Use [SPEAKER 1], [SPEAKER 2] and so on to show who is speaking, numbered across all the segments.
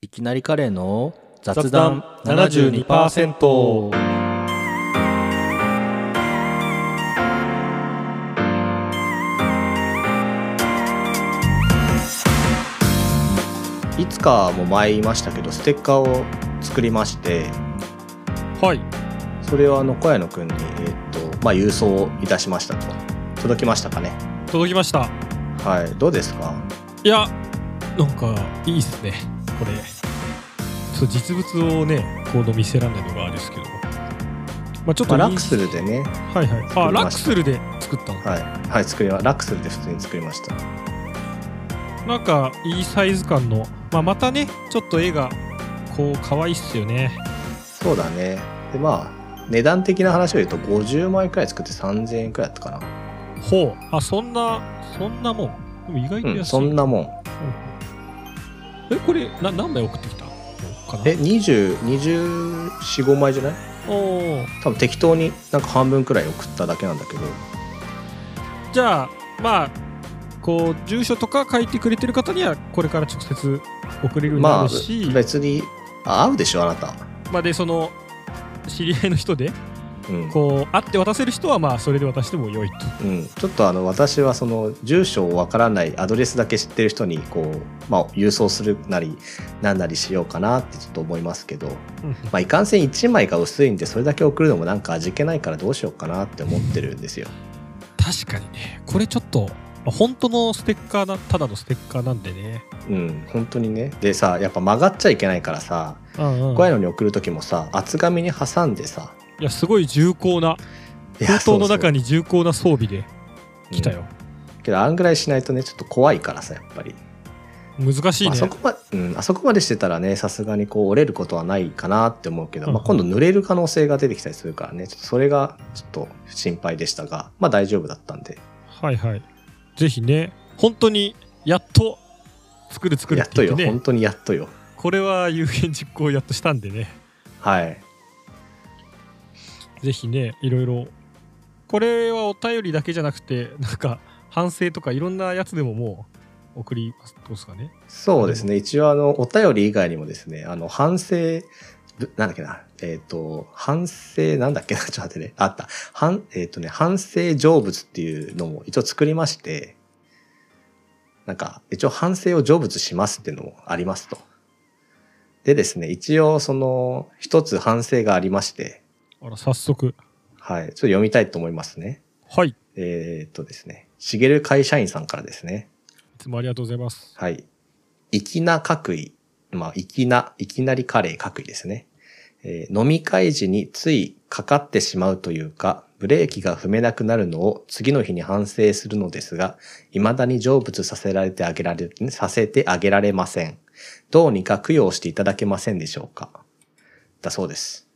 [SPEAKER 1] いきなりカレーの雑
[SPEAKER 2] 雑
[SPEAKER 1] 談
[SPEAKER 2] 談
[SPEAKER 1] 72%。
[SPEAKER 2] 72%
[SPEAKER 1] いつかも前言いましたけど、ステッカーを作りまして、
[SPEAKER 2] はい
[SPEAKER 1] それをあの小谷野くんに、えーっと、まあ、郵送いたしましたと。届きましたかね。
[SPEAKER 2] 届きました
[SPEAKER 1] はい。どうですか
[SPEAKER 2] いやなんかいいですねこれそう実物をねこの見せらんないのがあれですけどまあちょっ
[SPEAKER 1] ま
[SPEAKER 2] と、
[SPEAKER 1] あ、ラクスルでね、
[SPEAKER 2] はいはい
[SPEAKER 1] 作りま
[SPEAKER 2] あ
[SPEAKER 1] した
[SPEAKER 2] ラクスルで作ったの
[SPEAKER 1] はい。はい、作りは、ラクスルで普通に作りました。
[SPEAKER 2] なんかいいサイズ感の、まあ、またねちょっと絵がこう可愛いっすよね
[SPEAKER 1] そうだね。で、まあ、値段的な話を言うと、50枚くらい作って3000円くらいだったか
[SPEAKER 2] ほうあそんなそんなもんでも意外
[SPEAKER 1] な。
[SPEAKER 2] と
[SPEAKER 1] うん、
[SPEAKER 2] 安い、
[SPEAKER 1] そんなもん。
[SPEAKER 2] えこれな何枚送ってきたのかな
[SPEAKER 1] え、20、24、5枚じゃない
[SPEAKER 2] おお
[SPEAKER 1] 多分適当になんか半分くらい送っただけなんだけど
[SPEAKER 2] じゃあまあこう住所とか書いてくれてる方にはこれから直接送れるようにな
[SPEAKER 1] ま
[SPEAKER 2] るし、
[SPEAKER 1] あ
[SPEAKER 2] ま
[SPEAKER 1] 別にあ合うでしょあなた、
[SPEAKER 2] あ、でその知り合いの人で
[SPEAKER 1] うん
[SPEAKER 2] こう会って渡せる人はまあそれで渡しても良いと
[SPEAKER 1] うん、ちょっとあの私はその住所わからないアドレスだけ知ってる人にこう、まあ、郵送するなりなんなりしようかなってちょっと思いますけど、まあ、いかんせん1枚が薄いんでそれだけ送るのもなんか味気ないからどうしようかなって思ってるんですよ。
[SPEAKER 2] 確かにねこれちょっとまあ本当のステッカーなただのステッカーなんでね
[SPEAKER 1] うん、本当にねでさやっぱ曲がっちゃいけないからさ
[SPEAKER 2] うんうん
[SPEAKER 1] こういうのに送る時もさ厚紙に挟んでさ
[SPEAKER 2] いやすごい重厚ない
[SPEAKER 1] や
[SPEAKER 2] 封筒の
[SPEAKER 1] そうそ
[SPEAKER 2] 中
[SPEAKER 1] う
[SPEAKER 2] に重厚な装備で来た
[SPEAKER 1] う
[SPEAKER 2] よ、
[SPEAKER 1] んけどあんぐらいしないとねちょっと怖いからさやっぱり。
[SPEAKER 2] 難しい
[SPEAKER 1] あ
[SPEAKER 2] ね
[SPEAKER 1] そこまうん、あそこまでしてたらねさすがにこう折れることはないかなって思うけど、
[SPEAKER 2] うん
[SPEAKER 1] まあ、今度濡れる可能性が出てきたりするからねちょっとそれがちょっと心配でしたがまあ大丈夫だったんで
[SPEAKER 2] はいはいぜひね本当にやっと作る作る
[SPEAKER 1] や
[SPEAKER 2] っ
[SPEAKER 1] ってと
[SPEAKER 2] 言
[SPEAKER 1] よ、
[SPEAKER 2] ってね
[SPEAKER 1] 本当にやっとよ
[SPEAKER 2] これは有言実行をやっとしたんでね、
[SPEAKER 1] はい
[SPEAKER 2] ぜひね、いろいろ、これはお便りだけじゃなくて、なんか、反省とかいろんなやつでももう送ります、どうですかね。
[SPEAKER 1] そうですね一応あのお便り以外にもですねあの反省ぶなんだっけなえっ、と反省なんだっけな ちょっと待ってねあった反えっ、とね反省成仏っていうのも一応作りましてなんか、一応反省を成仏しますっていうのもありますと。でですね、一応その、一つ反省がありまして、
[SPEAKER 2] あら、早速。
[SPEAKER 1] はい、ちょっと読みたいと思いますね。
[SPEAKER 2] はい、い
[SPEAKER 1] えーっとですね、しげる会社員さんからですね。
[SPEAKER 2] つもありがとうございます。
[SPEAKER 1] はい。粋な各位。まあ、粋な、いきなりカレー各位ですね。えー飲み会時についかかってしまうというか、ブレーキが踏めなくなるのを次の日に反省するのですが、未だに成仏させられてあげられ、させてあげられません。どうにか供養していただけませんでしょうか。だそうです。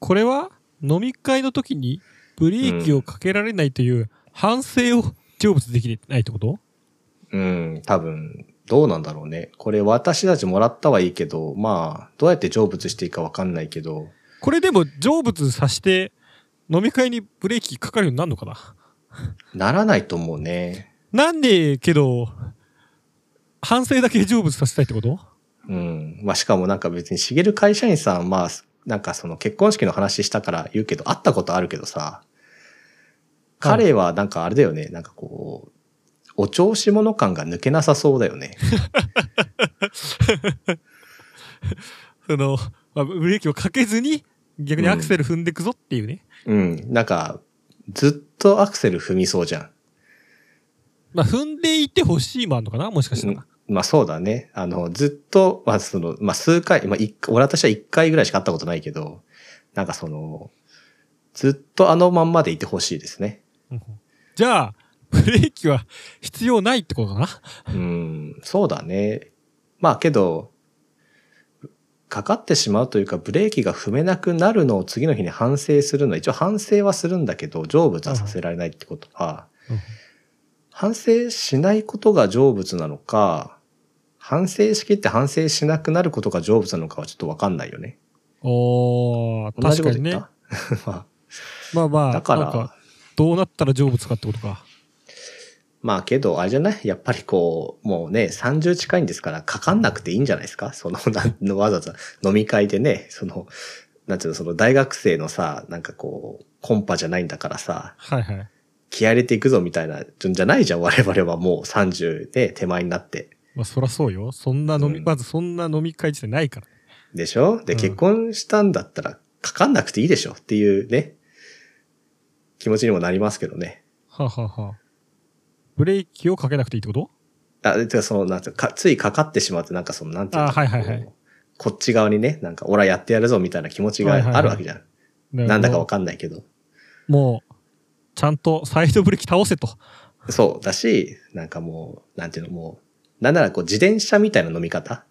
[SPEAKER 2] これは、飲み会の時にブレーキをかけられないという反省を成仏できないってこと、
[SPEAKER 1] うん、多分、どうなんだろうね。これ私たちもらったはいいけど、まあ、どうやって成仏していいかわかんないけど、
[SPEAKER 2] これでも成仏させて、飲み会にブレーキかかるようになるのかな
[SPEAKER 1] ならないと思うね。
[SPEAKER 2] なんで、けど、反省だけ成仏させたいってこと
[SPEAKER 1] うん。まあ、しかもなんか別に、しげる会社員さん、まあ、なんかその結婚式の話したから言うけど、会ったことあるけどさ、彼はなんかあれだよね、なんかこう、お調子者感が抜けなさそうだよね。
[SPEAKER 2] その、まあ、ブレーキをかけずに逆にアクセル踏んでくぞっていうね、
[SPEAKER 1] うん。なんか、ずっとアクセル踏みそうじゃん。
[SPEAKER 2] まあ踏んでいてほしいもあるのかなもしかしたら、
[SPEAKER 1] まあそうだね。あの、ずっと、まあその、まあ数回、まあ一俺私は一回ぐらいしか会ったことないけど、なんかその、ずっとあのまんまでいてほしいですね。
[SPEAKER 2] うんじゃあブレーキは必要ないってことかな
[SPEAKER 1] うん、そうだね。まあけど、かかってしまうというか、ブレーキが踏めなくなるのを次の日に反省するのは、一応反省はするんだけど、成仏はさせられないってことは、
[SPEAKER 2] うん
[SPEAKER 1] 反省しないことが成仏なのか、反省しきって反省しなくなることが成仏なのかはちょっとわかんないよね。
[SPEAKER 2] おー
[SPEAKER 1] 同じこ
[SPEAKER 2] 確か
[SPEAKER 1] と
[SPEAKER 2] に
[SPEAKER 1] 言
[SPEAKER 2] ね
[SPEAKER 1] った、 ま
[SPEAKER 2] まあま
[SPEAKER 1] あ
[SPEAKER 2] あ
[SPEAKER 1] だか
[SPEAKER 2] なん
[SPEAKER 1] ら、
[SPEAKER 2] どうなったら成仏かってことか
[SPEAKER 1] まあけど、あれじゃないやっぱりこう、もうね、30近いんですから、かかんなくていいんじゃないですかその、 なんわざわざ飲み会でね、その、なんていうの、その大学生のさ、なんかこう、コンパじゃないんだからさ、
[SPEAKER 2] はいはい。
[SPEAKER 1] 気合入れていくぞみたいな、じゃないじゃん、我々はもう30で手前になって。
[SPEAKER 2] まあそらそうよ。そんな飲み、
[SPEAKER 1] うん
[SPEAKER 2] まずそんな飲み会自体ないから。
[SPEAKER 1] でしょで、
[SPEAKER 2] うん
[SPEAKER 1] 結婚したんだったら、かかんなくていいでしょっていうね、気持ちにもなりますけどね。
[SPEAKER 2] はあ、はあはあ、ブレーキをかけなくていいってこと
[SPEAKER 1] あ、てかその、なんていうのか、ついかかってしまうと、なんかその、なんていうの
[SPEAKER 2] あはいはいはい
[SPEAKER 1] こうこっち側にね、なんか、俺はやってやるぞみたいな気持ちが
[SPEAKER 2] はいはいはい
[SPEAKER 1] あるわけじゃん。なんだかわかんないけど。
[SPEAKER 2] もう、ちゃんとサイドブレーキ倒せと。
[SPEAKER 1] そう。だし、なんかもう、なんていうの、もう、なんならこう、自転車みたいな飲み方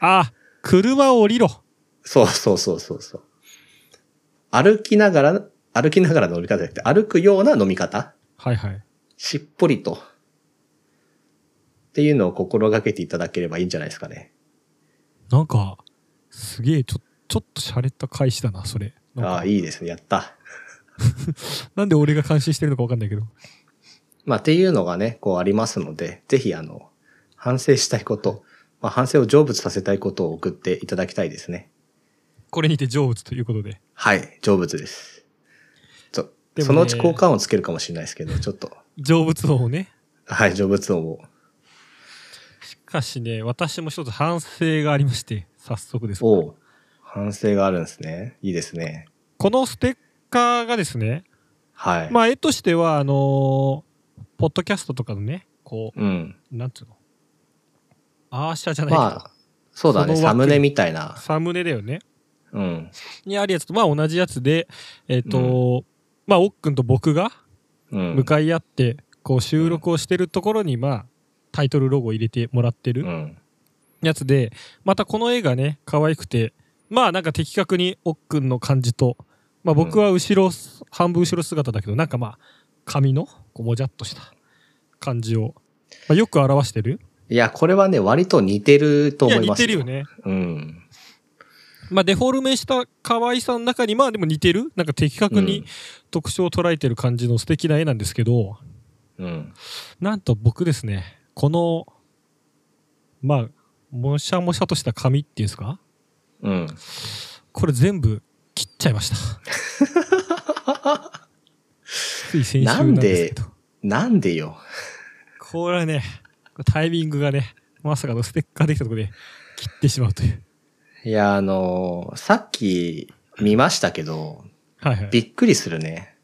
[SPEAKER 2] ああ、車を降りろ。
[SPEAKER 1] そうそうそうそうそう。歩きながら、歩きながらの飲み方じゃなくて、歩くような飲み方
[SPEAKER 2] はいはい。
[SPEAKER 1] しっぽりと。っていうのを心がけていただければいいんじゃないですかね。
[SPEAKER 2] なんか、すげえ、ちょ、ちょっと洒落た返しだな、それ。なんか
[SPEAKER 1] ああ、いいですね。やった。
[SPEAKER 2] なんで俺が監視してるのかわかんないけど。
[SPEAKER 1] まあ、っていうのがね、こうありますので、ぜひ、あの、反省したいこと、まあ、反省を成仏させたいことを送っていただきたいですね。
[SPEAKER 2] これにて成仏ということで。
[SPEAKER 1] はい、成仏です。そ
[SPEAKER 2] でもね
[SPEAKER 1] そのうち交換音つけるかもしれないですけど、ちょっと。
[SPEAKER 2] 成仏王をね。
[SPEAKER 1] はい、成仏音を。
[SPEAKER 2] しかしね、私も一つ反省がありまして、早速ですが。
[SPEAKER 1] おう反省があるんですね。いいですね。
[SPEAKER 2] このステッカーがですね、
[SPEAKER 1] はい。
[SPEAKER 2] まあ絵としては、あのーポッドキャストとかのね、こ
[SPEAKER 1] うん。
[SPEAKER 2] う、なんつうの。アーシャじゃないけど、
[SPEAKER 1] まあ、そうだね。
[SPEAKER 2] その枠
[SPEAKER 1] サムネみたいな。
[SPEAKER 2] サムネだよね。
[SPEAKER 1] うん。
[SPEAKER 2] にあるやつと、まあ同じやつで、えっ、と、まあ、おっくんと僕が
[SPEAKER 1] うん。
[SPEAKER 2] 向かい合って、こう収録をしてるところに、まあ、タイトルロゴ入れてもらって
[SPEAKER 1] う
[SPEAKER 2] る
[SPEAKER 1] ん。
[SPEAKER 2] やつで、またこの絵がね、可愛くて、まあなんか的確におっくんの感じと、まあ僕は後ろ、半分後ろ姿だけど、なんかまあ、髪の、こうもじゃっとした感じを、まあ、よく表してる。
[SPEAKER 1] いや、これはね、割と似てると
[SPEAKER 2] い
[SPEAKER 1] 思
[SPEAKER 2] や、
[SPEAKER 1] い
[SPEAKER 2] 似
[SPEAKER 1] ます。
[SPEAKER 2] てるよ。ね。
[SPEAKER 1] うん。
[SPEAKER 2] まあデフォルメした可愛さの中に、まあでも似てる、なんか的確に特徴を捉えてる感じの素敵な絵なんですけど、
[SPEAKER 1] うん。うん。
[SPEAKER 2] なんと僕ですね、この、まあ、もしゃもしゃとした紙っていうんですか
[SPEAKER 1] うん。
[SPEAKER 2] これ全部切っちゃいました。 つい先週なんですけど。
[SPEAKER 1] なんでよ。
[SPEAKER 2] これはね、タイミングがね、まさかのステッカーできたところで切ってしまうという。
[SPEAKER 1] いや、あのーさっき見ましたけど、
[SPEAKER 2] はいはい。
[SPEAKER 1] びっくりするね。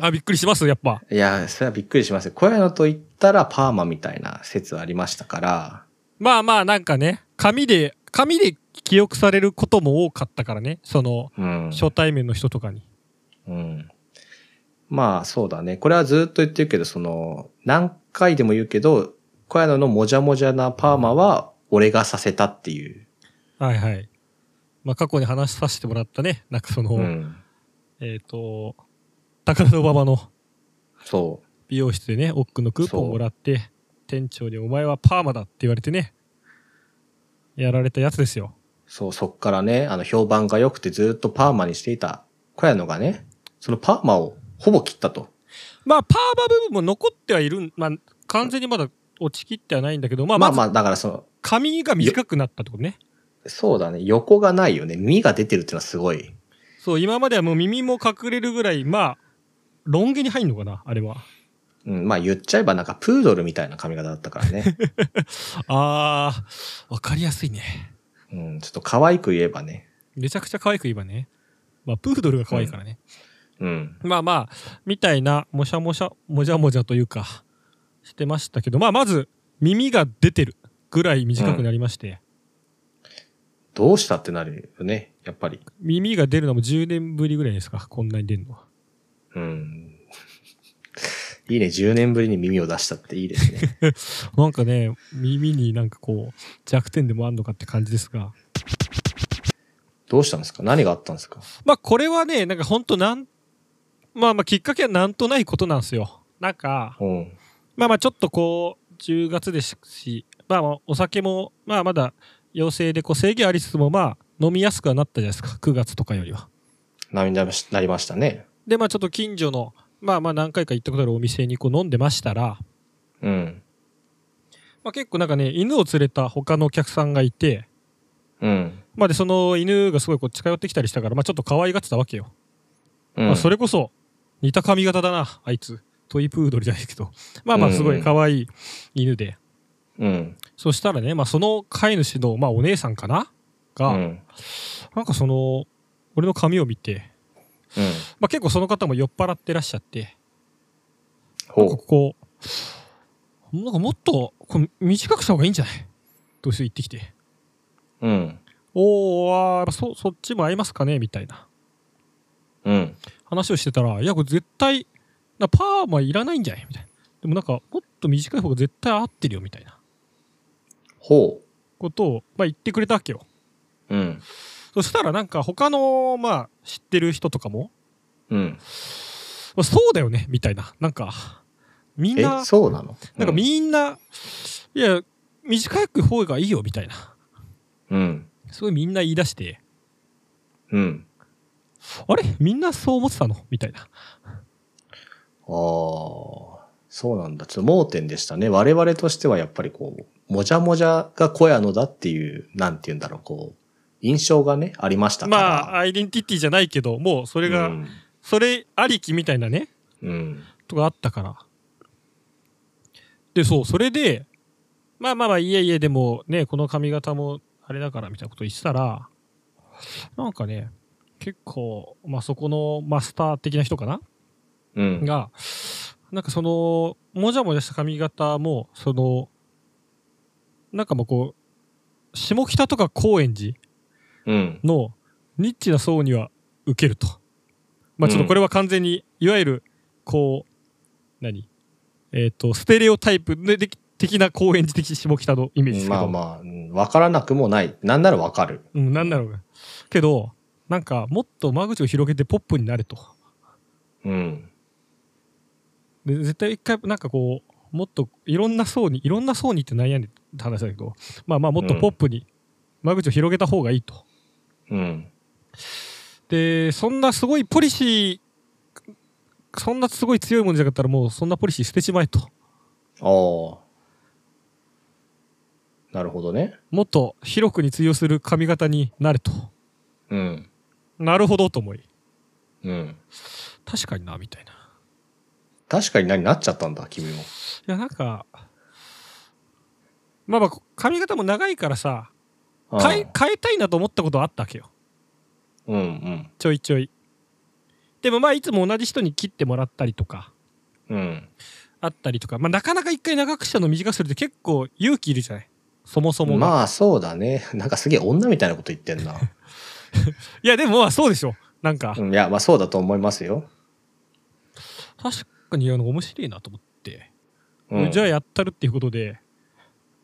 [SPEAKER 2] あ、びっくりします、やっぱ。
[SPEAKER 1] いや、それはびっくりしますよ。こういうのと言ったらパーマみたいな説ありましたから、
[SPEAKER 2] まあまあ、なんかね、紙で、紙で記憶されることも多かったからね、その、
[SPEAKER 1] うん。
[SPEAKER 2] 初対面の人とかに。
[SPEAKER 1] うん。まあ、そうだね。これはずっと言ってるけど、その、何回でも言うけど、小屋野のもじゃもじゃなパーマは、俺がさせたっていう。
[SPEAKER 2] はいはい。まあ、過去に話させてもらったね、なんかその、
[SPEAKER 1] うん。
[SPEAKER 2] えっ、と、高田馬場の
[SPEAKER 1] そ
[SPEAKER 2] 美容室でね、奥のクーポンもらって、店長にお前はパーマだって言われてね、やられたやつですよ。
[SPEAKER 1] う。そう、そっからね、あの、評判が良くてずっとパーマにしていた小屋野がね、そのパーマをほぼ切ったと。
[SPEAKER 2] まあ、パーマ部分も残ってはいるん、まあ、完全にまだ落ちきってはないんだけど、まあ、
[SPEAKER 1] ま
[SPEAKER 2] ま
[SPEAKER 1] あま
[SPEAKER 2] ず
[SPEAKER 1] あ、だからその、
[SPEAKER 2] 髪が短くなったってことね。
[SPEAKER 1] そうだね。横がないよね。耳が出てるっていうのはすごい。
[SPEAKER 2] そう、今まではもう耳も隠れるぐらい、まあ、ロン毛に入んのかな、あれは。
[SPEAKER 1] うん、まあ言っちゃえばなんかプードルみたいな髪型だったから ね。
[SPEAKER 2] あー、わかりやすいね。
[SPEAKER 1] うん、ちょっと可愛く言えばね。
[SPEAKER 2] めちゃくちゃ可愛く言えばね。まあ、プードルが可愛いからね。
[SPEAKER 1] うん。
[SPEAKER 2] まあまあ、みたいな、もしゃもしゃ、もじゃもじゃというか、してましたけど、まあまず、耳が出てるぐらい短くなりまして、
[SPEAKER 1] どうしたってなるよね。やっぱり。
[SPEAKER 2] 耳が出るのも10年ぶりぐらいですか、こんなに出るのは。
[SPEAKER 1] うん。 いいね。10年ぶりに耳を出したっていいです ね。
[SPEAKER 2] なんかね、耳になんかこう、弱点でもあんのかって感じですが、
[SPEAKER 1] どうしたんですか何があったんですか
[SPEAKER 2] まあこれはね、なんかほんとなん、まあまあきっかけはなんとないことなんですよ。なんか、
[SPEAKER 1] うん。
[SPEAKER 2] まあまあちょっとこう、10月ですし、まあまあお酒も、まあまだ、陽性でこう制限ありつつも、まあ飲みやすくはなったじゃないですか、9月とかよりは。
[SPEAKER 1] 涙ななりましたね。
[SPEAKER 2] でまあちょっと近所のまあまあ何回か行ったことあるお店にこう飲んでましたら
[SPEAKER 1] うん。
[SPEAKER 2] まあ、結構なんかね犬を連れた他のお客さんがいて、
[SPEAKER 1] うん。
[SPEAKER 2] まあ、でその犬がすごいこう近寄ってきたりしたから、まあ、ちょっと可愛がってたわけよ、
[SPEAKER 1] うん。
[SPEAKER 2] まあ、それこそ似た髪型だなあいつトイプードルじゃないけどまあまあすごい可愛い犬で、
[SPEAKER 1] うん。
[SPEAKER 2] そしたらね、まあ、その飼い主の、まあ、お姉さんかな
[SPEAKER 1] う
[SPEAKER 2] が、
[SPEAKER 1] ん。
[SPEAKER 2] なんかその俺の髪を見て、
[SPEAKER 1] うん。
[SPEAKER 2] まあ、結構その方も酔っ払ってらっしゃってなんか
[SPEAKER 1] ほ
[SPEAKER 2] こう、なんかもっとこれ短くした方がいいんじゃないどうして言ってきて。
[SPEAKER 1] う。うん。
[SPEAKER 2] おー、あーやっぱそそっちも合いますかねみたいな
[SPEAKER 1] うん。
[SPEAKER 2] 話をしてたら、いや、これ絶対、なパーマいらないんじゃないみたいな。でもなんか、もっと短い方が絶対合ってるよみたいな
[SPEAKER 1] ほ
[SPEAKER 2] ことを、まあ、言ってくれたわけよ。
[SPEAKER 1] う。うん。
[SPEAKER 2] そしたらなんか他の、まあ、知ってる人とかも、
[SPEAKER 1] うん。
[SPEAKER 2] まあそうだよねみたいな。なんか、みん
[SPEAKER 1] え
[SPEAKER 2] な、、
[SPEAKER 1] そうなの
[SPEAKER 2] なんかみんな、いや、短い方がいいよみたいな。
[SPEAKER 1] うん。
[SPEAKER 2] すごいみんな言い出して、
[SPEAKER 1] うん。
[SPEAKER 2] あれみんなそう思ってたのみたいな。
[SPEAKER 1] ああ、そうなんだ。ちょっと盲点でしたね。我々としてはやっぱりこう、もじゃもじゃが小屋のだっていう、なんて言うんだろう、こう、印象がね、ありましたか
[SPEAKER 2] ま
[SPEAKER 1] ら。
[SPEAKER 2] あ、
[SPEAKER 1] あ、
[SPEAKER 2] アイデンティティじゃないけど、もうそれが、
[SPEAKER 1] うん。
[SPEAKER 2] それありきみたいなね、
[SPEAKER 1] うん。
[SPEAKER 2] とかあったから。で、そう、それで、まあまあまあ、いえいえ、でもね、この髪型もあれだからみたいなこと言ってたら、なんかね、結構、まあそこのマスター的な人かな
[SPEAKER 1] うん。
[SPEAKER 2] が、なんかその、もじゃもじゃした髪型も、その、なんかもうこう、下北とか高円寺
[SPEAKER 1] うん。
[SPEAKER 2] のニッチな層には受けると。まあちょっとこれは完全に、いわゆる、こう、何えっ、と、ステレオタイプでで的な高円寺的下北のイメージですけど。
[SPEAKER 1] まあまあ、うんわからなくもない。なんならわかる。
[SPEAKER 2] うん、なんだろうがけど、なんか、もっと間口を広げてポップになれと。
[SPEAKER 1] うん。
[SPEAKER 2] で絶対一回、なんかこう、もっといろんな層に、いろんな層にって悩んでた話だけど、まあまあ、もっとポップに間口を広げた方がいいと。
[SPEAKER 1] うん。
[SPEAKER 2] でそんなすごいポリシーそんなすごい強いものじゃなかったらもうそんなポリシー捨てちまえと
[SPEAKER 1] ああ。なるほどね。
[SPEAKER 2] もっと広くに通用する髪型になれと
[SPEAKER 1] うん。
[SPEAKER 2] なるほどと思い
[SPEAKER 1] うん。
[SPEAKER 2] 確かになみたいな
[SPEAKER 1] 確かに何なっちゃったんだ、君も。
[SPEAKER 2] いやなんかまあまあこ髪型も長いからさ
[SPEAKER 1] ああ
[SPEAKER 2] 変え変えたいなと思ったことはあったわけよ
[SPEAKER 1] うんうん。
[SPEAKER 2] ちょいちょいでもまあいつも同じ人に切ってもらったりとか
[SPEAKER 1] うん。
[SPEAKER 2] あったりとかまあなかなか一回長くしたの短くするって結構勇気いるじゃないそもそもが
[SPEAKER 1] まあそうだね。 なんかすげえ女みたいなこと言ってん な。
[SPEAKER 2] いやでもまあそうでしょなんか、
[SPEAKER 1] うんいや、まあそうだと思いますよ。
[SPEAKER 2] 確かにあの面白いなと思って、
[SPEAKER 1] うん、
[SPEAKER 2] じゃあやったるっていうことで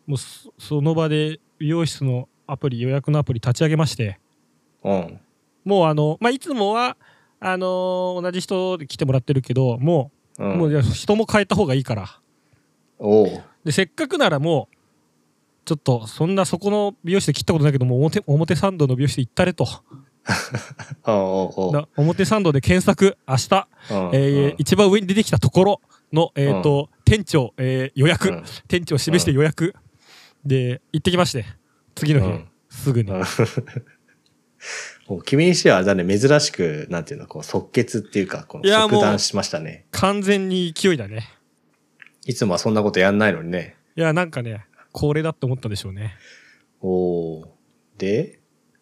[SPEAKER 2] もうそその場で美容室のアプリ予約のアプリ立ち上げまして
[SPEAKER 1] うん。
[SPEAKER 2] もうあの、まあ、いつもはあのー同じ人で来てもらってるけども
[SPEAKER 1] う
[SPEAKER 2] う,、
[SPEAKER 1] ん。
[SPEAKER 2] もういや人も変えた方がいいから
[SPEAKER 1] おう。
[SPEAKER 2] でせっかくならもうちょっとそんなそこの美容室で切ったことないけどもう表表参道の美容室行ったれと
[SPEAKER 1] あおうおう
[SPEAKER 2] な表参道で検索明日、
[SPEAKER 1] うん
[SPEAKER 2] えー一番上に出てきたところの、えーと店長、えー予約、
[SPEAKER 1] うん
[SPEAKER 2] 店長を示して予約、で行ってきまして次の日、
[SPEAKER 1] うん
[SPEAKER 2] すぐに、
[SPEAKER 1] うんもう君にしては、だね、珍しく、なんていうの、こう、即決っていうか、この
[SPEAKER 2] いやもう
[SPEAKER 1] 即断しましたね。
[SPEAKER 2] 完全に勢いだね
[SPEAKER 1] いつもはそんなことやんないのにね。
[SPEAKER 2] いやなんかねこれだって思ったでしょうね
[SPEAKER 1] おうで、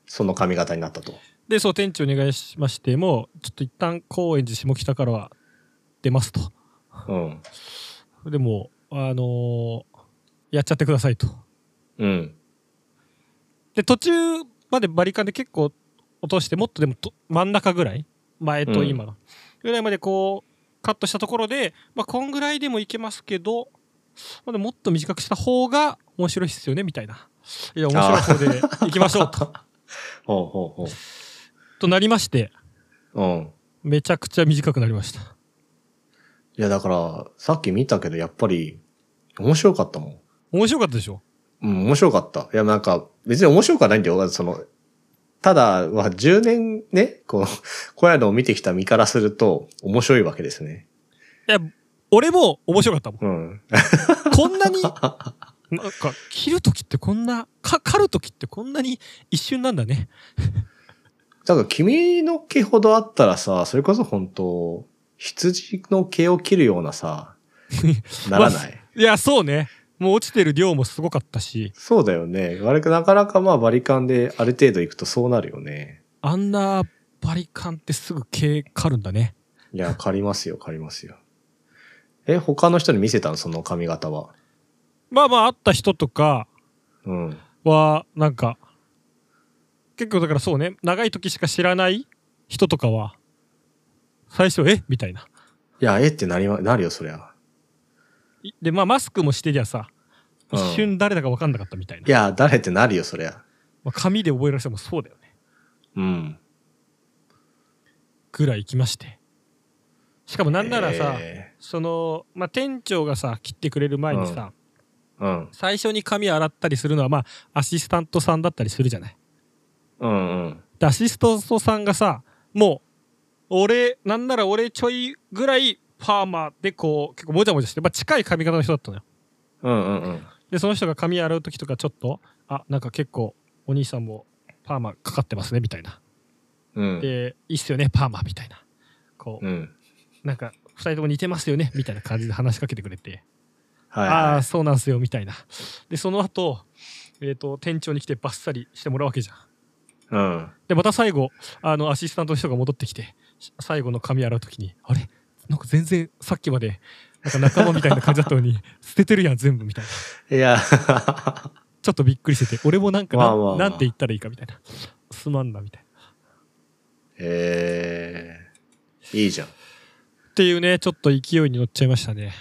[SPEAKER 1] その髪型になったと。
[SPEAKER 2] でそう店長お願いしましてもうちょっと一旦高円寺下北からは出ますと
[SPEAKER 1] うん。
[SPEAKER 2] でもうあのーやっちゃってくださいと
[SPEAKER 1] うん。
[SPEAKER 2] で途中までバリカンで結構落としてもっとでもと真ん中ぐらい前と今の、ぐらいまでこうカットしたところで、まあ、こんぐらいでもいけますけど、まあ、でももっと短くした方が面白いっすよねみたいないや面白い方でいきましょうと
[SPEAKER 1] ほうほう
[SPEAKER 2] となりまして
[SPEAKER 1] ほう。うん。
[SPEAKER 2] めちゃくちゃ短くなりました
[SPEAKER 1] いや、だから、さっき見たけど、やっぱり、面白かったもん。
[SPEAKER 2] 面白かったでしょ
[SPEAKER 1] うん、面白かった。いや、なんか、別に面白くはないんだよ。その、ただ、まあ、10年 ね、こう、小屋のを見てきた身からすると、面白いわけですね。
[SPEAKER 2] いや俺も面白かったもん。
[SPEAKER 1] うん。
[SPEAKER 2] こん なに、なんか、切るときってこんな、か、狩るときってこんなに一瞬なんだね。
[SPEAKER 1] だから君の毛ほどあったらさ、それこそ本当羊の毛を切るようなさ、ならない。
[SPEAKER 2] いや、そうね。もう落ちてる量もすごかったし、
[SPEAKER 1] そうだよね。あれなかなかまあバリカンである程度いくとそうなるよね。
[SPEAKER 2] あんなバリカンってすぐ毛狩るんだね。
[SPEAKER 1] いや、借りますよ、借りますよ。え、他の人に見せたのその髪型は。
[SPEAKER 2] まあまあ、会った人とか
[SPEAKER 1] うん。
[SPEAKER 2] は、なんか、結構だからそうね、長い時しか知らない人とかは、最初、えみたいな。
[SPEAKER 1] いや、えってなりま、なるよ、そりゃ。
[SPEAKER 2] いで、まあ、マスクもしてりゃさ、
[SPEAKER 1] うん
[SPEAKER 2] 一瞬誰だか分かんなかったみたいな。
[SPEAKER 1] いや、誰ってなるよ、そりゃ。
[SPEAKER 2] まあ、紙で覚えられてもそうだよね。
[SPEAKER 1] うん。
[SPEAKER 2] ぐらい行きまして。しかもなんならさ、
[SPEAKER 1] え
[SPEAKER 2] その、まあ、店長がさ、切ってくれる前にさ、
[SPEAKER 1] ー
[SPEAKER 2] 最初に髪洗ったりするのは、まあ、アシスタントさんだったりするじゃない。
[SPEAKER 1] うん。うんうん。
[SPEAKER 2] で、アシスタントさんがさ、もう、俺、なんなら俺ちょいぐらいパーマでこう、結構もじゃもじゃして、まあ、近い髪型の人だったのよ。
[SPEAKER 1] うんうんうん。
[SPEAKER 2] で、その人が髪洗う時とかちょっと、あ、なんか結構、お兄さんもパーマかかってますね、みたいな。
[SPEAKER 1] うん。
[SPEAKER 2] で、いいっすよね、パーマ、みたいな。こう
[SPEAKER 1] う、ん。
[SPEAKER 2] なんか、二人とも似てますよね、みたいな感じで話しかけてくれて。
[SPEAKER 1] はい、
[SPEAKER 2] ああ
[SPEAKER 1] は
[SPEAKER 2] ー
[SPEAKER 1] い。
[SPEAKER 2] そうなんすよみたいなでその後、えー、と店長に来てバッサリしてもらうわけじゃん
[SPEAKER 1] うん。
[SPEAKER 2] でまた最後あのアシスタントの人が戻ってきてし最後の髪洗う時にあれなんか全然さっきまでなんか仲間みたいな感じだったのに 捨ててるやん全部みたいない
[SPEAKER 1] や、
[SPEAKER 2] ちょっとびっくりしてて俺もなんかな,、
[SPEAKER 1] まあまあまあ
[SPEAKER 2] なんて言ったらいいかみたいなすまんなみたいな
[SPEAKER 1] ええいいじゃん。
[SPEAKER 2] っていうねちょっと勢いに乗っちゃいましたね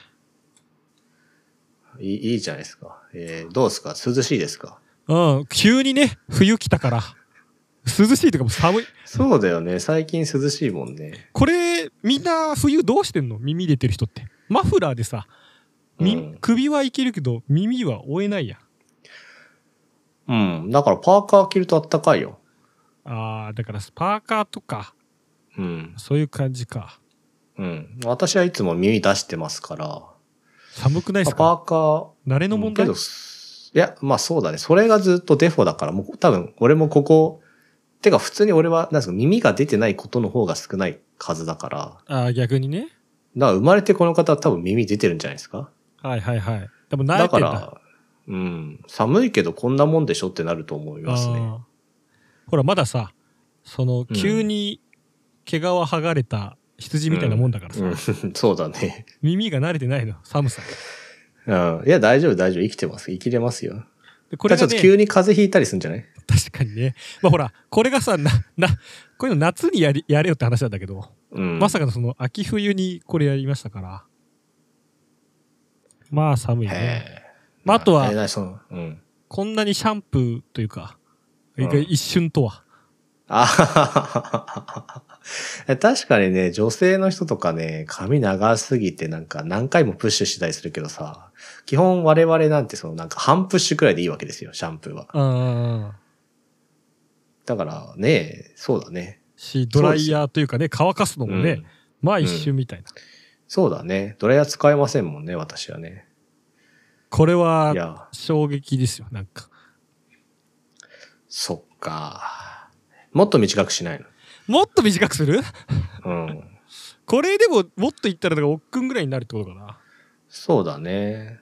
[SPEAKER 1] いいいいじゃないですか。えー、どうですか涼しいですか
[SPEAKER 2] うん急にね冬来たから涼しいというかもう寒い
[SPEAKER 1] そうだよね。最近涼しいもんね。
[SPEAKER 2] これみんな冬どうしてんの耳出てる人ってマフラーでさ、み
[SPEAKER 1] うん
[SPEAKER 2] 首はいけるけど耳は追えないやん
[SPEAKER 1] うん。だからパーカー着るとあったかいよ。
[SPEAKER 2] あーだからパーカーとか
[SPEAKER 1] うん。
[SPEAKER 2] そういう感じか
[SPEAKER 1] うん。私はいつも耳出してますから。
[SPEAKER 2] 寒くない
[SPEAKER 1] ま
[SPEAKER 2] で
[SPEAKER 1] あパ
[SPEAKER 2] すか
[SPEAKER 1] ーカー、
[SPEAKER 2] 慣れの問
[SPEAKER 1] け
[SPEAKER 2] 題
[SPEAKER 1] ど、すいや、まあそうだね。それがずっとデフォだから、もう多分俺もここ、てか普通に俺は、なんですか、耳が出てないことの方が少ない数だから、だか
[SPEAKER 2] あー逆にね
[SPEAKER 1] ら生まれてこの方は多分耳出てるんじゃないですか
[SPEAKER 2] はいはいはいでも慣れ
[SPEAKER 1] だ
[SPEAKER 2] て
[SPEAKER 1] か
[SPEAKER 2] んだ
[SPEAKER 1] ら、うん、寒いけどこんなもんでしょってなると思いますね。
[SPEAKER 2] あーほらまださそ
[SPEAKER 1] う
[SPEAKER 2] の
[SPEAKER 1] ん
[SPEAKER 2] 急に毛皮剥がれた羊みたいなもんだからさ、
[SPEAKER 1] うん、 そうだね。
[SPEAKER 2] 耳が慣れてないの寒さ
[SPEAKER 1] うん。いや、大丈夫、大丈夫。生きてます。生きれますよ。
[SPEAKER 2] でこ
[SPEAKER 1] こ
[SPEAKER 2] れ
[SPEAKER 1] れちょ
[SPEAKER 2] が
[SPEAKER 1] っと
[SPEAKER 2] ね
[SPEAKER 1] 急に風邪ひいたりするんじゃない
[SPEAKER 2] 確かにねまあほらこれがさななこういうの夏にやりやれよって話なんだけど
[SPEAKER 1] うん。
[SPEAKER 2] まさかのその秋冬にこれやりましたから。まあ寒い
[SPEAKER 1] へ
[SPEAKER 2] ね。
[SPEAKER 1] え。
[SPEAKER 2] まああと
[SPEAKER 1] え
[SPEAKER 2] は、
[SPEAKER 1] なその、うん。
[SPEAKER 2] こんなにシャンプーというか、
[SPEAKER 1] うん
[SPEAKER 2] 一瞬とは。
[SPEAKER 1] あははは は確かにね、女性の人とかね、髪長すぎてなんか何回もプッシュしたりするけどさ、基本我々なんてそのなんか半プッシュくらいでいいわけですよ、シャンプーは。
[SPEAKER 2] うん。
[SPEAKER 1] だからね、そうだね。
[SPEAKER 2] し、ドライヤーというかね、乾かすのもね、
[SPEAKER 1] うん
[SPEAKER 2] まあ一瞬みたいな。
[SPEAKER 1] そうだね。ドライヤー使えませんもんね、私はね。、
[SPEAKER 2] これはい
[SPEAKER 1] や、
[SPEAKER 2] 衝撃ですよ、なんか。
[SPEAKER 1] そっか。もっと短くしない
[SPEAKER 2] もっと短くする
[SPEAKER 1] の。うん。
[SPEAKER 2] これでも、もっといったら、だから、おっくんぐらいになるってことかな。
[SPEAKER 1] そうだね。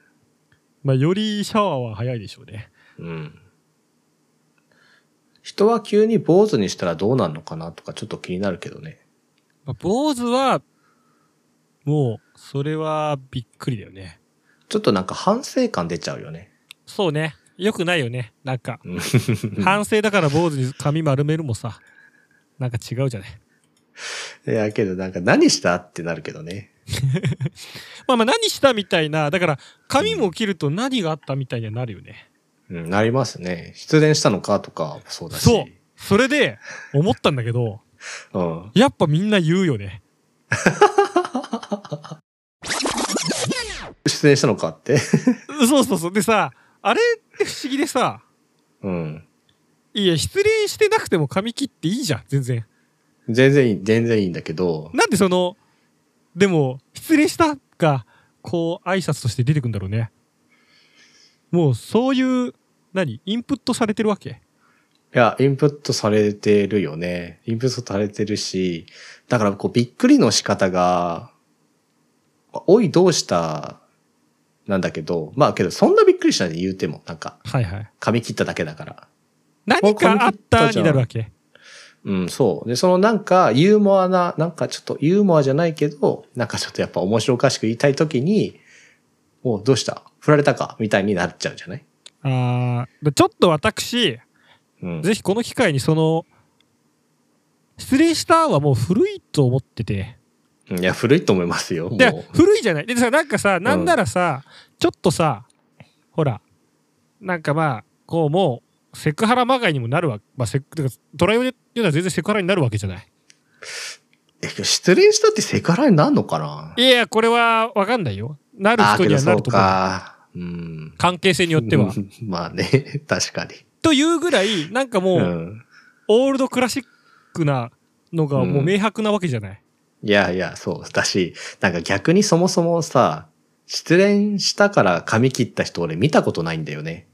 [SPEAKER 2] まあ、よりシャワーは早いでしょうね。
[SPEAKER 1] うん。人は急に坊主にしたらどうなるのかなとかちょっと気になるけどね。
[SPEAKER 2] まあ、坊主は、もう、それはびっくりだよね。
[SPEAKER 1] ちょっとなんか反省感出ちゃうよね。
[SPEAKER 2] そうね。よくないよね。なんか、
[SPEAKER 1] うん
[SPEAKER 2] 反省だから坊主に髪丸めるもさ、なんか違うじゃない。
[SPEAKER 1] いや、けどなんか何したってなるけどね。
[SPEAKER 2] まあまあ何したみたいな、だから髪も切ると何があったみたいにはなるよね。
[SPEAKER 1] うん、なりますね。失恋したのかとか、そうだし。
[SPEAKER 2] そう。それで、思ったんだけど、
[SPEAKER 1] う。うん。
[SPEAKER 2] やっぱみんな言うよね。
[SPEAKER 1] 失恋したのかって。
[SPEAKER 2] そうそうそう。でさ、あれって不思議でさ、
[SPEAKER 1] うん。
[SPEAKER 2] いや、失恋してなくても髪切っていいじゃん、全然。
[SPEAKER 1] 全然いい、全然いいんだけど。
[SPEAKER 2] なんでその、でも、失恋したか、こう挨拶として出てくんだろうねもうそういう何インプットされてるわけ
[SPEAKER 1] いや、インプットされてるよね。インプットされてるし、だからこうびっくりの仕方が、おいどうしたなんだけど、まあけどそんなびっくりしたね言うても、なんか
[SPEAKER 2] はいはい
[SPEAKER 1] 髪切っただけだから。
[SPEAKER 2] 何かあったになるわけ
[SPEAKER 1] うん、そう。で、そのなんかユーモアな、なんかちょっとユーモアじゃないけど、なんかちょっとやっぱ面白おかしく言いたいときに、おうどうした振られたかみたいになっちゃうじゃない
[SPEAKER 2] あーちょっと私
[SPEAKER 1] うん。
[SPEAKER 2] ぜひこの機会にその失礼したはもう古いと思ってて
[SPEAKER 1] いや、古いと思いますよ。も
[SPEAKER 2] で
[SPEAKER 1] う
[SPEAKER 2] 古いじゃないでさなんかさなんならさ、ちょっとさほらなんかまあこうもうセクハラまがいにもなるわ、まあ、セクてかドライブで言うのは全然セクハラになるわけじゃない
[SPEAKER 1] え失恋したってセクハラになるのかない
[SPEAKER 2] やいやこれは分かんないよなる
[SPEAKER 1] ああけ
[SPEAKER 2] 人に
[SPEAKER 1] ど
[SPEAKER 2] は
[SPEAKER 1] そ
[SPEAKER 2] なる
[SPEAKER 1] う
[SPEAKER 2] と思う
[SPEAKER 1] か。うん。
[SPEAKER 2] 関係性によっては
[SPEAKER 1] う。ん まあね、確かに。
[SPEAKER 2] というぐらいなんかもう、
[SPEAKER 1] うん。
[SPEAKER 2] オールドクラシックなのがもう明白なわけじゃない、
[SPEAKER 1] いやいや、そう。だし、なんか逆にそもそもさ、失恋したから髪切った人俺見たことないんだよね。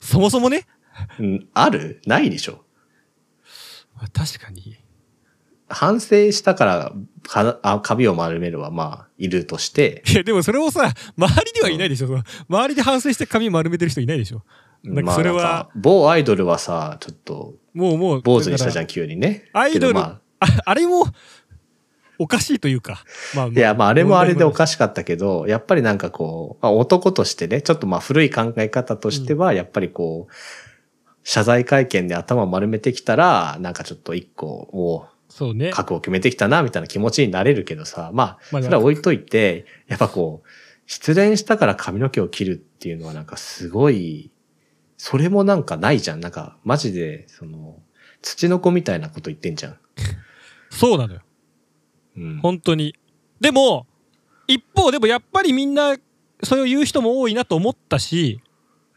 [SPEAKER 2] そもそもね
[SPEAKER 1] うん、あるないでしょ。
[SPEAKER 2] まあ確かに
[SPEAKER 1] 反省したからかあ髪を丸めるはまあ、いるとして、
[SPEAKER 2] いやでもそれをさ周りにはいないでしょ、その周りで反省して髪丸めてる人いないでしょなんかそれは
[SPEAKER 1] まあなんか某アイドルはさ、ちょっと、
[SPEAKER 2] もうもう
[SPEAKER 1] 坊主にした
[SPEAKER 2] だから
[SPEAKER 1] じゃん、急にね。
[SPEAKER 2] アイドル
[SPEAKER 1] けどま
[SPEAKER 2] ああれもおかしいというか、まあ、
[SPEAKER 1] あ、いや、まあ、あれもあれでお
[SPEAKER 2] し
[SPEAKER 1] かしかったけど、やっぱりなんかこう、まあ、男としてね、ちょっとまあ、古い考え方としては、やっぱりこう、謝罪会見で頭を丸めてきたら、なんかちょっと一個を
[SPEAKER 2] い。そうね。
[SPEAKER 1] 覚悟を決めてきたな、みたいな気持ちになれるけどさ、ま
[SPEAKER 2] ま
[SPEAKER 1] あ、
[SPEAKER 2] あ
[SPEAKER 1] それは置いといて、やっぱこう、失恋したから髪の毛を切るっていうのはなんかすごい、それもなんかないじゃん。なんか、マジで、その、土の子みたいなこと言ってんじゃん。
[SPEAKER 2] そうなのよ。
[SPEAKER 1] うん。
[SPEAKER 2] 本当に。でも、一方、でもやっぱりみんな、それを言う人も多いなと思ったし、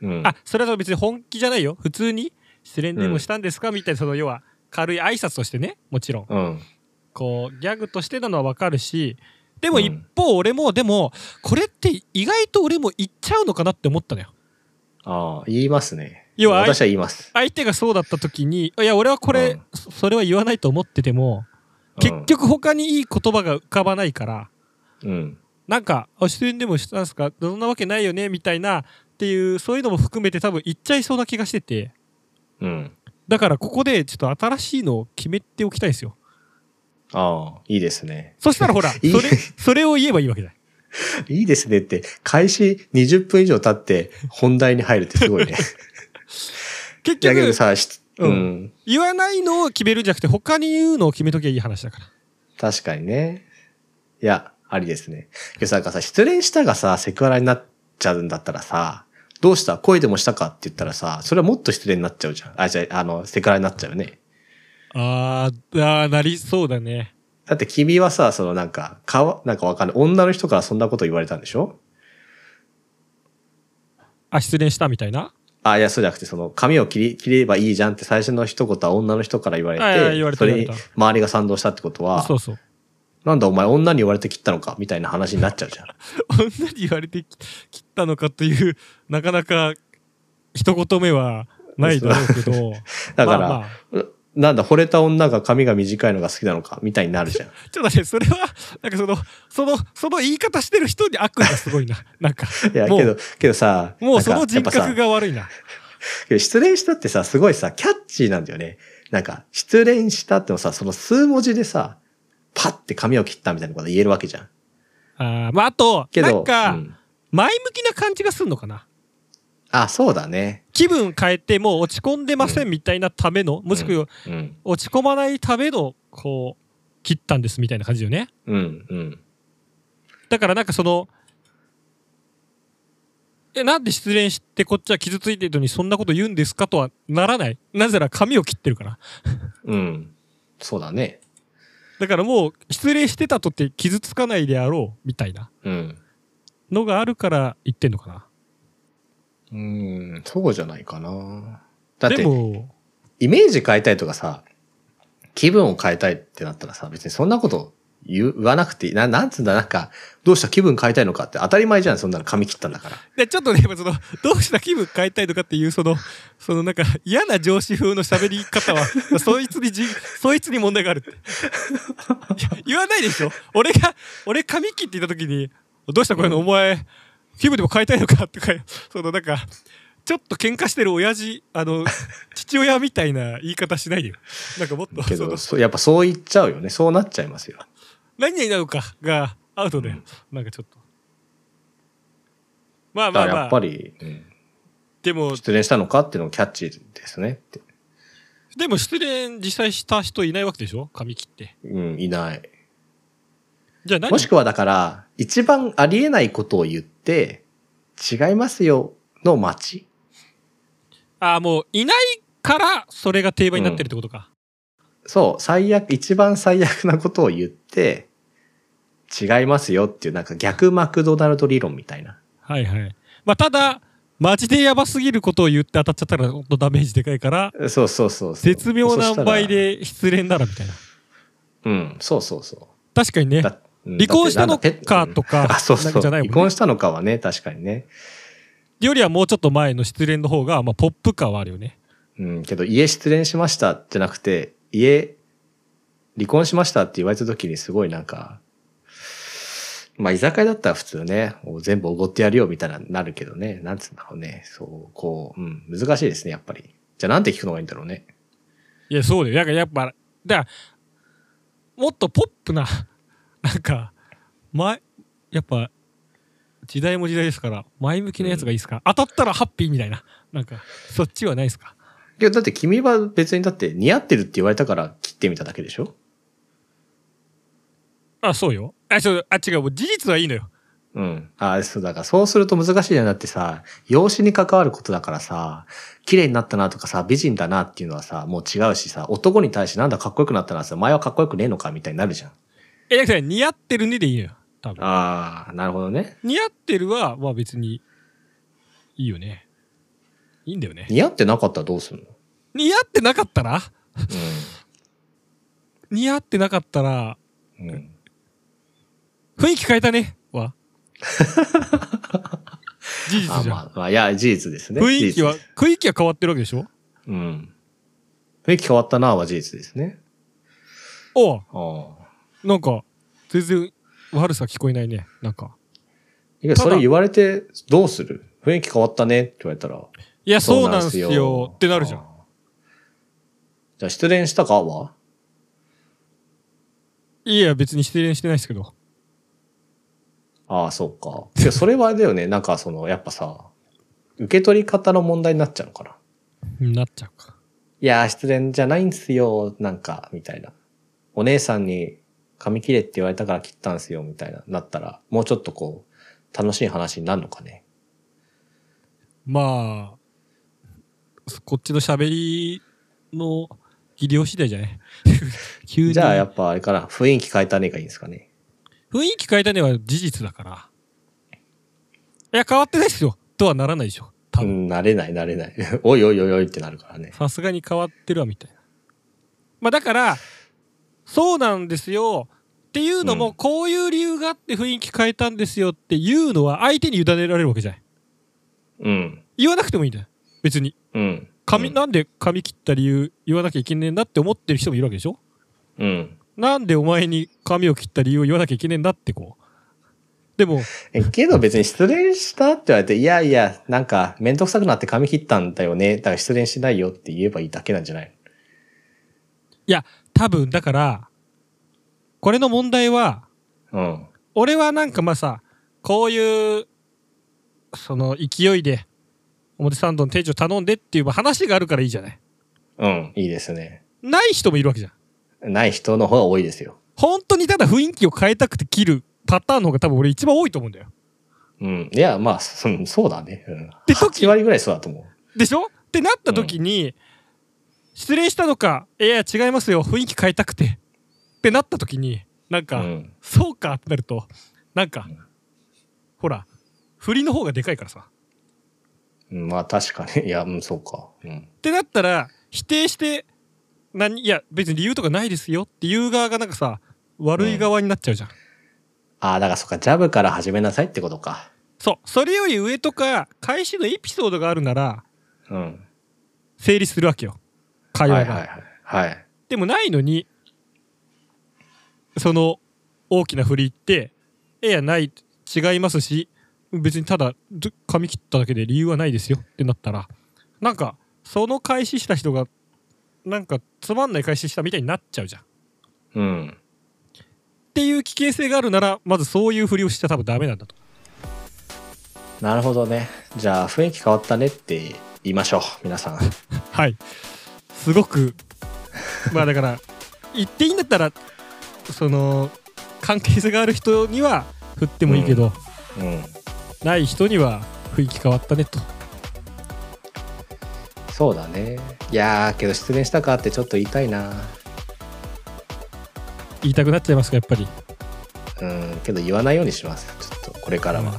[SPEAKER 1] うん、
[SPEAKER 2] あ、それは別に本気じゃないよ。普通に、失恋でもしたんですか、みたいな、その要は、軽い挨拶としてね、もちろん。
[SPEAKER 1] うん。
[SPEAKER 2] こう、ギャグとしてなのはわかるし、でも
[SPEAKER 1] うん
[SPEAKER 2] 一方、俺も、でも、これって意外と俺も言っちゃうのかなって思ったのよ。
[SPEAKER 1] ああ、言いますね。
[SPEAKER 2] 要は
[SPEAKER 1] 私は言います。
[SPEAKER 2] 相手がそうだった時に、いや、俺はこれ、
[SPEAKER 1] うん
[SPEAKER 2] そそれは言わないと思ってても、結局他にいい言葉が浮かばないから
[SPEAKER 1] うん、うん。
[SPEAKER 2] なんか「あ失恋でもしたんすかそんなわけないよね」みたいなっていうそういうのも含めて多分言っちゃいそうな気がしてて
[SPEAKER 1] うん。
[SPEAKER 2] だからここでちょっと新しいのを決めておきたいんですよ
[SPEAKER 1] ああ、いいですね。
[SPEAKER 2] そしたらほらそ
[SPEAKER 1] いい
[SPEAKER 2] れそれを言えばいいわけだ
[SPEAKER 1] いいですねって、開始20分以上経って本題に入るってすご いね。
[SPEAKER 2] 結
[SPEAKER 1] いやけど
[SPEAKER 2] 局
[SPEAKER 1] さ、し
[SPEAKER 2] う
[SPEAKER 1] うんん、
[SPEAKER 2] 言わないのを決めるんじゃなくて他に言うのを決めときゃいい話だから
[SPEAKER 1] 確かにね。いや、ありですね。けどさ、なんかさ、失恋したがさ、セクハラになっちゃうんだったらさ、どうした恋でもしたかって言ったらさ、それはもっと失恋になっちゃうじゃん。あ、じゃあ、あの、セクハラになっちゃうよね。
[SPEAKER 2] あーあーなりそうだね
[SPEAKER 1] だって君はさ、そのなんか、かわ、なんかわかんない。女の人からそんなこと言われたんでしょ
[SPEAKER 2] あ失恋したみたいな
[SPEAKER 1] あ、いや、そうじゃなくて、その、髪を切り、切ればいいじゃんって最初の一言は女の人から言われ
[SPEAKER 2] あいやいや言われ
[SPEAKER 1] て、そ
[SPEAKER 2] た
[SPEAKER 1] れ
[SPEAKER 2] 言
[SPEAKER 1] に
[SPEAKER 2] われ
[SPEAKER 1] 周りが賛同したってことは
[SPEAKER 2] そ、うそう
[SPEAKER 1] なんだお前女に言われて切ったのかみたいな話になっちゃうじゃん。
[SPEAKER 2] 女に言われてき切ったのかというなかなか一言目はないだろうけど
[SPEAKER 1] だから、
[SPEAKER 2] まあまあ
[SPEAKER 1] なんだ、惚れた女が髪が短いのが好きなのかみたいにな るじゃん。
[SPEAKER 2] ちょっとね、それは、なんかその、その、その言い方してる人に悪意がすご いな。なんか、
[SPEAKER 1] いや、
[SPEAKER 2] もう
[SPEAKER 1] けど、けどさ、
[SPEAKER 2] もう
[SPEAKER 1] なんか
[SPEAKER 2] その人
[SPEAKER 1] やっ
[SPEAKER 2] 格
[SPEAKER 1] ぱさ
[SPEAKER 2] が悪いな。
[SPEAKER 1] けど失恋したってさ、すごいさ、キャッチーなんだよね。なんか、失恋したってのさ、その数文字でさ、パッて髪を切ったみたいなこと言えるわけじゃん。
[SPEAKER 2] あーまあ、あと、
[SPEAKER 1] けど、
[SPEAKER 2] なんか、
[SPEAKER 1] うん
[SPEAKER 2] 前向きな感じがするのかな。
[SPEAKER 1] あ、そうだね。
[SPEAKER 2] 気分変えて、もう落ち込んでませんみたいなための、もしくは
[SPEAKER 1] うん。
[SPEAKER 2] 落ち込まないための、こう、切ったんですみたいな感じよね。
[SPEAKER 1] うん、うん。
[SPEAKER 2] だからなんかその、え、なんで失恋してこっちは傷ついてるのにそんなこと言うんですかとはならない。なぜなら髪を切ってるから。
[SPEAKER 1] うん。そうだね。
[SPEAKER 2] だからもう失礼してたとって傷つかないであろうみたいな
[SPEAKER 1] うん。
[SPEAKER 2] のがあるから言ってんのかな。
[SPEAKER 1] うん、そうじゃないかな。だって
[SPEAKER 2] で、も、
[SPEAKER 1] イメージ変えたいとかさ、気分を変えたいってなったらさ、別にそんなこと言う言わなくていい。ななんつうんだ、なんか、どうした気分変えたいのかって当たり前じゃん、そんなの髪切ったんだから。
[SPEAKER 2] でちょっとね、やっぱその、どうした気分変えたいとかっていう、その、そのなんか嫌な上司風の喋り方は、そいつにじ、そいつに問題があるって。いや言わないでしょ俺が、俺髪切って言った時に、どうしたこれの、お前、気分でも変えたいのかとか、そのなんか、ちょっと喧嘩してる親父、あの、父親みたいな言い方しないでよ。なんかもっと、
[SPEAKER 1] け
[SPEAKER 2] その
[SPEAKER 1] ど、そうやっぱそう言っちゃうよね。そうなっちゃいますよ。
[SPEAKER 2] 何々なのかがアウトで、なんかちょっと。まあ
[SPEAKER 1] だか
[SPEAKER 2] まあ
[SPEAKER 1] らやっ
[SPEAKER 2] ま
[SPEAKER 1] ぱ
[SPEAKER 2] あ、
[SPEAKER 1] り、うん
[SPEAKER 2] でも、
[SPEAKER 1] 失恋したのかっていうのもキャッチーですねって。
[SPEAKER 2] でも失恋実際した人いないわけでしょ髪切って。
[SPEAKER 1] うん、いない。
[SPEAKER 2] じゃあ何
[SPEAKER 1] もしくはだから、一番ありえないことを言って、違いますよの街。
[SPEAKER 2] ああ、もういないからそれが定番になってるってことか。
[SPEAKER 1] そう、最悪、一番最悪なことを言って、違いますよっていう、なんか逆マクドナルド理論みたいな。
[SPEAKER 2] はいはい。まあただ、マジでやばすぎることを言って当たっちゃったらほんとダメージでかいから、
[SPEAKER 1] そうそうそうそう。
[SPEAKER 2] 絶妙な倍
[SPEAKER 1] そし
[SPEAKER 2] で失恋ならみたいな。
[SPEAKER 1] たら。うん、そうそうそ
[SPEAKER 2] 確かにね
[SPEAKER 1] う。。だうん
[SPEAKER 2] 離婚したの
[SPEAKER 1] だってな
[SPEAKER 2] か
[SPEAKER 1] んだペ
[SPEAKER 2] とか、
[SPEAKER 1] あ、そうそう。
[SPEAKER 2] じゃ
[SPEAKER 1] 離
[SPEAKER 2] ないもん、ね
[SPEAKER 1] 婚。したのかはね、確かにね。
[SPEAKER 2] よりはもうちょっと前の失恋の方が、まあポップ感はあるよね。
[SPEAKER 1] うん、けど家失恋しましたじゃなくて、家離婚しましたって言われた時にすごいなんか、まあ居酒屋だったら普通ね、もう全部おごってやるよみたいななるけどね、なんつうんだろうね。そう、こう、うん、難しいですね、やっぱり。じゃあなんて聞くのがいいんだろうね。
[SPEAKER 2] いや、そうだよ。だからやっぱ、だからもっとポップな、 なんか、前、やっぱ、時代も時代ですから、前向きなやつがいいですか、当たったらハッピーみたいな。なんか、そっちはないですか
[SPEAKER 1] けどだって君は別にだって似合ってるって言われたから切ってみただけでしょ
[SPEAKER 2] あ、そうよ。あ、そう、あ、違う。もう事実はいいのよ。
[SPEAKER 1] うん。あそう、だからそうすると難しいじゃんだってさ、容姿に関わることだからさ、綺麗になったなとかさ、美人だなっていうのはさ、もう違うしさ、男に対してなんだかっこよくなったなさ、前はかっこよくねえのかみたいになるじゃん。
[SPEAKER 2] え、だから似合ってるねでいいのよ。多分。
[SPEAKER 1] ああ、なるほどね。
[SPEAKER 2] 似合ってるは、まあ別に、いいよね。いいんだよね。
[SPEAKER 1] 似合ってなかったらどうするの
[SPEAKER 2] 似合ってなかったら似合ってなかったら、
[SPEAKER 1] うん。うん。
[SPEAKER 2] 雰囲気変えたね は事実
[SPEAKER 1] あ
[SPEAKER 2] じゃん、
[SPEAKER 1] まあ、まあ、いや、事実ですね。
[SPEAKER 2] 雰囲気は
[SPEAKER 1] 事実です
[SPEAKER 2] 雰囲気は変わってるわけでしょ
[SPEAKER 1] うん。雰囲気変わったなは事実ですね。
[SPEAKER 2] おう
[SPEAKER 1] ああ。
[SPEAKER 2] なんか全然悪さ聞こえないねなんか
[SPEAKER 1] いや、
[SPEAKER 2] ただ
[SPEAKER 1] それ言われてどうする雰囲気変わったねって言われたら。
[SPEAKER 2] いやそうなんすよってなるじゃ
[SPEAKER 1] あ
[SPEAKER 2] ん
[SPEAKER 1] あ。じゃあ失恋したかはい
[SPEAKER 2] や別に失恋してないですけど
[SPEAKER 1] ああ、そうか。いや、それはあれだよね。なんか、その、やっぱさ、受け取り方の問題になっちゃうのかな。
[SPEAKER 2] うんなっちゃうか
[SPEAKER 1] いやー、失恋じゃないんすよ、なんか、みたいな。お姉さんに髪切れって言われたから切ったんすよ、みたいな、なったら、もうちょっとこう、楽しい話になるのかね。
[SPEAKER 2] まあこっちの喋りの技量次第じゃない 急に
[SPEAKER 1] じゃあ、やっぱあれかな、雰囲気変えたねがいいんですかね。
[SPEAKER 2] 雰囲気変えたねは事実だからいや変わってないっすよとはならないでしょ多
[SPEAKER 1] う
[SPEAKER 2] 分
[SPEAKER 1] ん、慣れない、慣れない。 おいおいおいおいってなるからね。
[SPEAKER 2] さすがに変わってるわみたいな。まあだからそうなんですよっていうのも、
[SPEAKER 1] うん
[SPEAKER 2] こういう理由があって雰囲気変えたんですよっていうのは相手に委ねられるわけじゃない。
[SPEAKER 1] うん。
[SPEAKER 2] 言わなくてもいいんだよ別に
[SPEAKER 1] うん。
[SPEAKER 2] 髪、
[SPEAKER 1] うん、
[SPEAKER 2] なんで髪切った理由言わなきゃいけねえんだって思ってる人もいるわけでしょ
[SPEAKER 1] うん。
[SPEAKER 2] なんでお前に髪を切った理由を言わなきゃいけねえんだってこう。でも
[SPEAKER 1] えけど別に失恋したって言われて、いやいや、なんか、めんどくさくなって髪切ったんだよね。だから失恋しないよって言えばいいだけなんじゃない
[SPEAKER 2] いや多分だからこれの問題は
[SPEAKER 1] の
[SPEAKER 2] 俺はなんかまあさこういうその勢いで表参道の店長頼んでっていうまあ話があるからいいじゃない
[SPEAKER 1] うん。うん。いいですね。
[SPEAKER 2] ない人もいるわけじゃん
[SPEAKER 1] ない人の方が多いですよ。
[SPEAKER 2] 本当にただ雰囲気を変えたくて切るパターンの方が多分俺一番多いと思うんだよ
[SPEAKER 1] うん。いや、まあ、そうんそうだね。うん。
[SPEAKER 2] で時
[SPEAKER 1] 8割ぐらいそうだと思
[SPEAKER 2] でしょってなった時に、失礼したのかいや違いますよ雰囲気変えたくてってなった時になん
[SPEAKER 1] う。う
[SPEAKER 2] か、
[SPEAKER 1] ん。
[SPEAKER 2] そうかってなるとなんか、
[SPEAKER 1] うん
[SPEAKER 2] ほら振りの方がでかいからさ
[SPEAKER 1] うんまあ、確かに。いや、うん、そうか。うん。
[SPEAKER 2] ってなったら否定して何いや別に理由とかないですよっていう側がなんかさ悪い側になっちゃうじゃん。
[SPEAKER 1] ああ、だからそっか、ジャブから始めなさいってことか。
[SPEAKER 2] そう。それより上とか、開始のエピソードがあるなら、
[SPEAKER 1] うん。
[SPEAKER 2] 成立するわけよ。
[SPEAKER 1] は
[SPEAKER 2] 会
[SPEAKER 1] いは
[SPEAKER 2] 話
[SPEAKER 1] い
[SPEAKER 2] が。
[SPEAKER 1] はい。はい。
[SPEAKER 2] でもないのに、その大きな振りって、いや、ない、違いますし、別にただ、ず髪切っただけで理由はないですよってなったら、なんか、その開始した人が、なんか、つまんない開始したみたいになっちゃうじゃん。っ
[SPEAKER 1] うん。
[SPEAKER 2] ていう危険性があるなら、まずそういう振りをしちゃ多分ダメなんだと。
[SPEAKER 1] なるほどね。じゃあ、雰囲気変わったねって言いましょう。皆さん。
[SPEAKER 2] はい。すごく、 まあだから、言っていいんだったら、その、関係性がある人には振ってもいいけど、
[SPEAKER 1] うん。
[SPEAKER 2] ない人には雰囲気変わったねと
[SPEAKER 1] そうだね。いやー、けど失恋したかってちょっと言いたいな。
[SPEAKER 2] 言いたくなっちゃいますかやっぱり
[SPEAKER 1] うん。けど言わないようにします。ちょっと、これからは。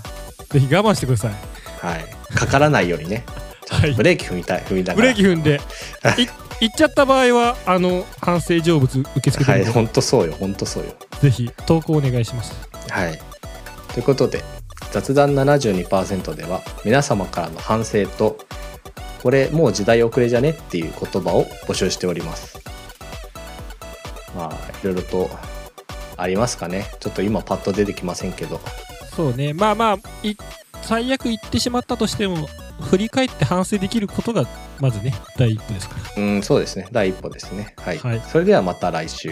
[SPEAKER 2] ぜひ我慢してください
[SPEAKER 1] はい。かからないようにね。
[SPEAKER 2] はい
[SPEAKER 1] ブレーキ踏みたい。踏みたい。
[SPEAKER 2] ブレーキ踏んで い行っちゃった場合はあの反省成仏受け付けて
[SPEAKER 1] は
[SPEAKER 2] る
[SPEAKER 1] い。
[SPEAKER 2] ので、
[SPEAKER 1] ほんとそうよ。ほんとそうよ。
[SPEAKER 2] ぜひ投稿お願いします
[SPEAKER 1] はい。ということで、雑談72%では皆様からの反省と、これもう時代遅れじゃねっていう言葉を募集しております。まあ、いろいろとありますかね。ちょっと今パッと出てきませんけど。
[SPEAKER 2] そうねまあまあい最悪言ってしまったとしても振り返って反省できることがまずね第一歩ですから
[SPEAKER 1] うん、そうですね。第一歩ですね。はい。
[SPEAKER 2] はい
[SPEAKER 1] それではまた来週。